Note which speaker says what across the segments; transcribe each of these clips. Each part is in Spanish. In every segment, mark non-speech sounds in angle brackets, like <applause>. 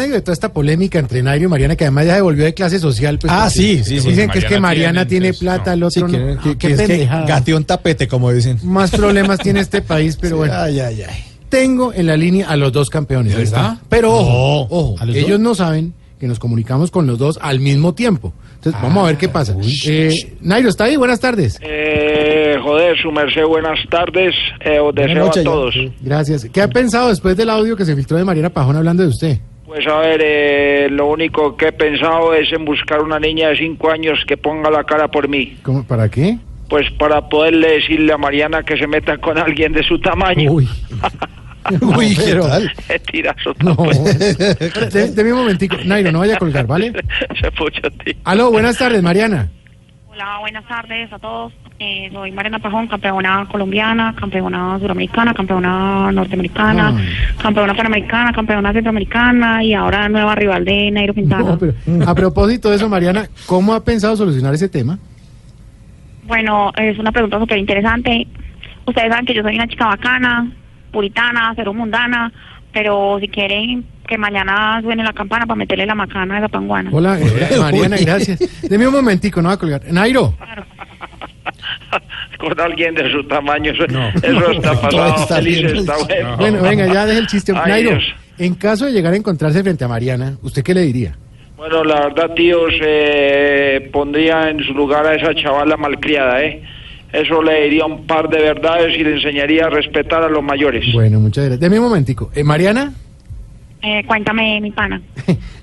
Speaker 1: medio de toda esta polémica entre Nairo y Mariana, que además ya se volvió de clase social. pues, porque
Speaker 2: Ah, sí, sí, sí.
Speaker 1: Dicen que es que
Speaker 3: Mariana
Speaker 1: Mariana
Speaker 3: tiene,
Speaker 1: tiene,
Speaker 3: entonces,
Speaker 1: plata,
Speaker 3: no.
Speaker 1: el
Speaker 2: Sí,
Speaker 1: otro
Speaker 2: que,
Speaker 1: no.
Speaker 2: que-
Speaker 1: Ah,
Speaker 2: que
Speaker 1: qué
Speaker 2: es que
Speaker 1: pendejada.
Speaker 2: gateó un tapete, como dicen.
Speaker 1: Más problemas tiene este país, pero bueno.
Speaker 2: Ay, ay, ay.
Speaker 1: Tengo en la línea a los dos campeones.
Speaker 2: ¿De
Speaker 1: ¿listo?
Speaker 2: verdad?
Speaker 1: Pero ojo,
Speaker 2: No,
Speaker 1: ojo,
Speaker 2: ¿a los
Speaker 1: ellos
Speaker 2: dos?
Speaker 1: no saben que nos comunicamos con los dos al mismo tiempo. Entonces, vamos a ver qué
Speaker 2: Ah,
Speaker 1: pasa. Eh, Nairo, ¿está ahí? Buenas tardes.
Speaker 4: Eh, joder, su merced, buenas tardes. Eh, os deseo
Speaker 2: noches,
Speaker 4: a
Speaker 1: <laughs>
Speaker 2: ya.
Speaker 4: todos.
Speaker 1: Gracias. ¿Qué ha pensado después del audio que se filtró de Mariana Pajón hablando de usted?
Speaker 4: Pues a ver, eh, lo único que he pensado es en buscar una niña de 5 años que ponga la cara por mí.
Speaker 1: ¿Cómo, ¿Para qué?
Speaker 4: Pues para poderle decirle a Mariana que se meta con alguien de su tamaño. <laughs>
Speaker 1: Uy.
Speaker 2: Uy, ¿qué
Speaker 1: Pero-
Speaker 2: <laughs> tal?
Speaker 4: Tirazo
Speaker 1: No.
Speaker 2: <laughs>
Speaker 4: tan bueno.
Speaker 1: De, de mi momentico. Nairo, no vaya a colgar,
Speaker 4: <laughs>
Speaker 1: ¿vale?
Speaker 4: Se puso a ti.
Speaker 1: Aló, buenas tardes, Mariana.
Speaker 5: Hola, buenas tardes a todos. Eh, soy Mariana Pajón, campeona colombiana, campeona suramericana, campeona norteamericana, campeona panamericana, campeona centroamericana y ahora nueva rival de Nairo Quintana.
Speaker 1: No, pero a propósito de eso, Mariana, ¿cómo ha pensado solucionar ese tema?
Speaker 5: Bueno, es una pregunta súper interesante. Ustedes saben que yo soy una chica bacana, puritana, cero mundana, pero si quieren que mañana suene la campana para meterle la macana a esa panguana.
Speaker 1: Hola, eh, Mariana, gracias. Deme un momentico, no va a colgar. Nairo,
Speaker 4: Con alguien de su tamaño. Eso, eso está
Speaker 2: <laughs> Todo
Speaker 4: pasado.
Speaker 2: está
Speaker 4: feliz
Speaker 2: bien. <laughs>
Speaker 4: está bueno.
Speaker 1: bueno, venga, ya deje el chiste.
Speaker 4: Ah, Ay,
Speaker 1: Nairo,
Speaker 4: Dios.
Speaker 1: en caso de llegar a encontrarse frente a Mariana, ¿usted qué le diría?
Speaker 4: Bueno, la verdad, tíos, eh, pondría en su lugar a esa chavala malcriada, ¿eh? Eso le diría un par de verdades y le enseñaría a respetar a los mayores.
Speaker 1: Bueno, muchas gracias. Deme un momentico. Eh, Mariana, <laughs>
Speaker 5: Eh, cuéntame, mi pana.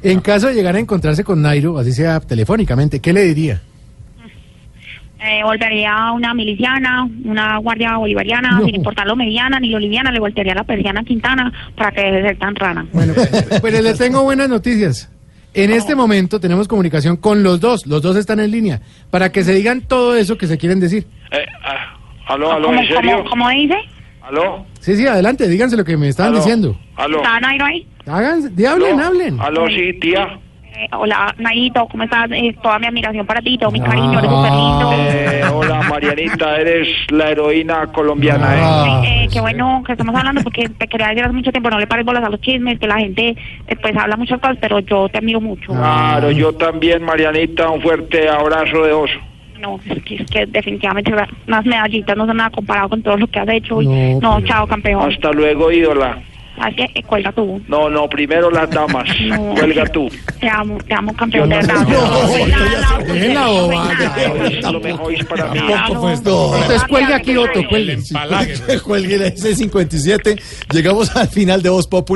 Speaker 1: en caso de llegar a encontrarse con Nairo, así sea telefónicamente, ¿qué le diría?
Speaker 5: Eh, volvería una miliciana, una guardia bolivariana,
Speaker 1: No.
Speaker 5: sin importar lo mediana ni lo liviana, le voltearía la persiana a Quintana para que deje de ser tan rana.
Speaker 1: Bueno, pues, pues le tengo buenas noticias. En este momento tenemos comunicación con los dos. Los dos están en línea para que se digan todo eso que se quieren decir.
Speaker 4: Eh, ah, aló, aló,
Speaker 5: ¿Cómo,
Speaker 4: ¿en serio?
Speaker 5: cómo- cómo dice?
Speaker 4: ¿Aló?
Speaker 1: Sí, sí, adelante, díganse lo que me estaban
Speaker 4: aló,
Speaker 1: diciendo.
Speaker 4: ¿Aló?
Speaker 5: ¿Está Nairo ahí?
Speaker 1: Háganse, di- hablen,
Speaker 4: aló,
Speaker 1: hablen.
Speaker 4: ¿Aló, sí, tía?
Speaker 5: Eh, hola, Naito, ¿cómo estás? Eh, toda mi admiración para ti, todo mi
Speaker 1: Ah.
Speaker 5: cariño, eres súper lindo.
Speaker 4: Eh, hola, Marianita, eres la heroína colombiana, ¿eh?
Speaker 1: Ah,
Speaker 5: Eh, qué bueno que estamos hablando porque te quería decir hace mucho tiempo, no le pares bolas a los chismes, que la gente después habla muchas cosas, pero yo te admiro mucho.
Speaker 1: Ah.
Speaker 4: Claro, yo también, Marianita, un fuerte abrazo de oso.
Speaker 5: No, es que, es que definitivamente las medallitas no son nada comparado con todo lo que has hecho. y-
Speaker 1: No,
Speaker 5: No,
Speaker 1: pero-
Speaker 5: chao, campeón.
Speaker 4: Hasta luego, ídola.
Speaker 5: Así que eh, cuelga tú.
Speaker 4: No, no, primero las damas.
Speaker 5: No.
Speaker 1: <laughs>
Speaker 4: Cuelga tú.
Speaker 5: Te amo, te amo, campeón.
Speaker 1: Yo no
Speaker 5: de
Speaker 1: sé-
Speaker 5: verdad.
Speaker 1: No,
Speaker 5: No,
Speaker 1: no,
Speaker 5: no,
Speaker 1: no, no, no,
Speaker 5: nada, no,
Speaker 1: no,
Speaker 5: nada,
Speaker 1: no,
Speaker 5: nada.
Speaker 4: Es lo mejor es para mí.
Speaker 2: Tampoco fue esto.
Speaker 1: Entonces cuelgue aquí, Otto,
Speaker 2: <laughs> Cuelguen. Cuelguen ese 57. Llegamos al final de Voz Populi.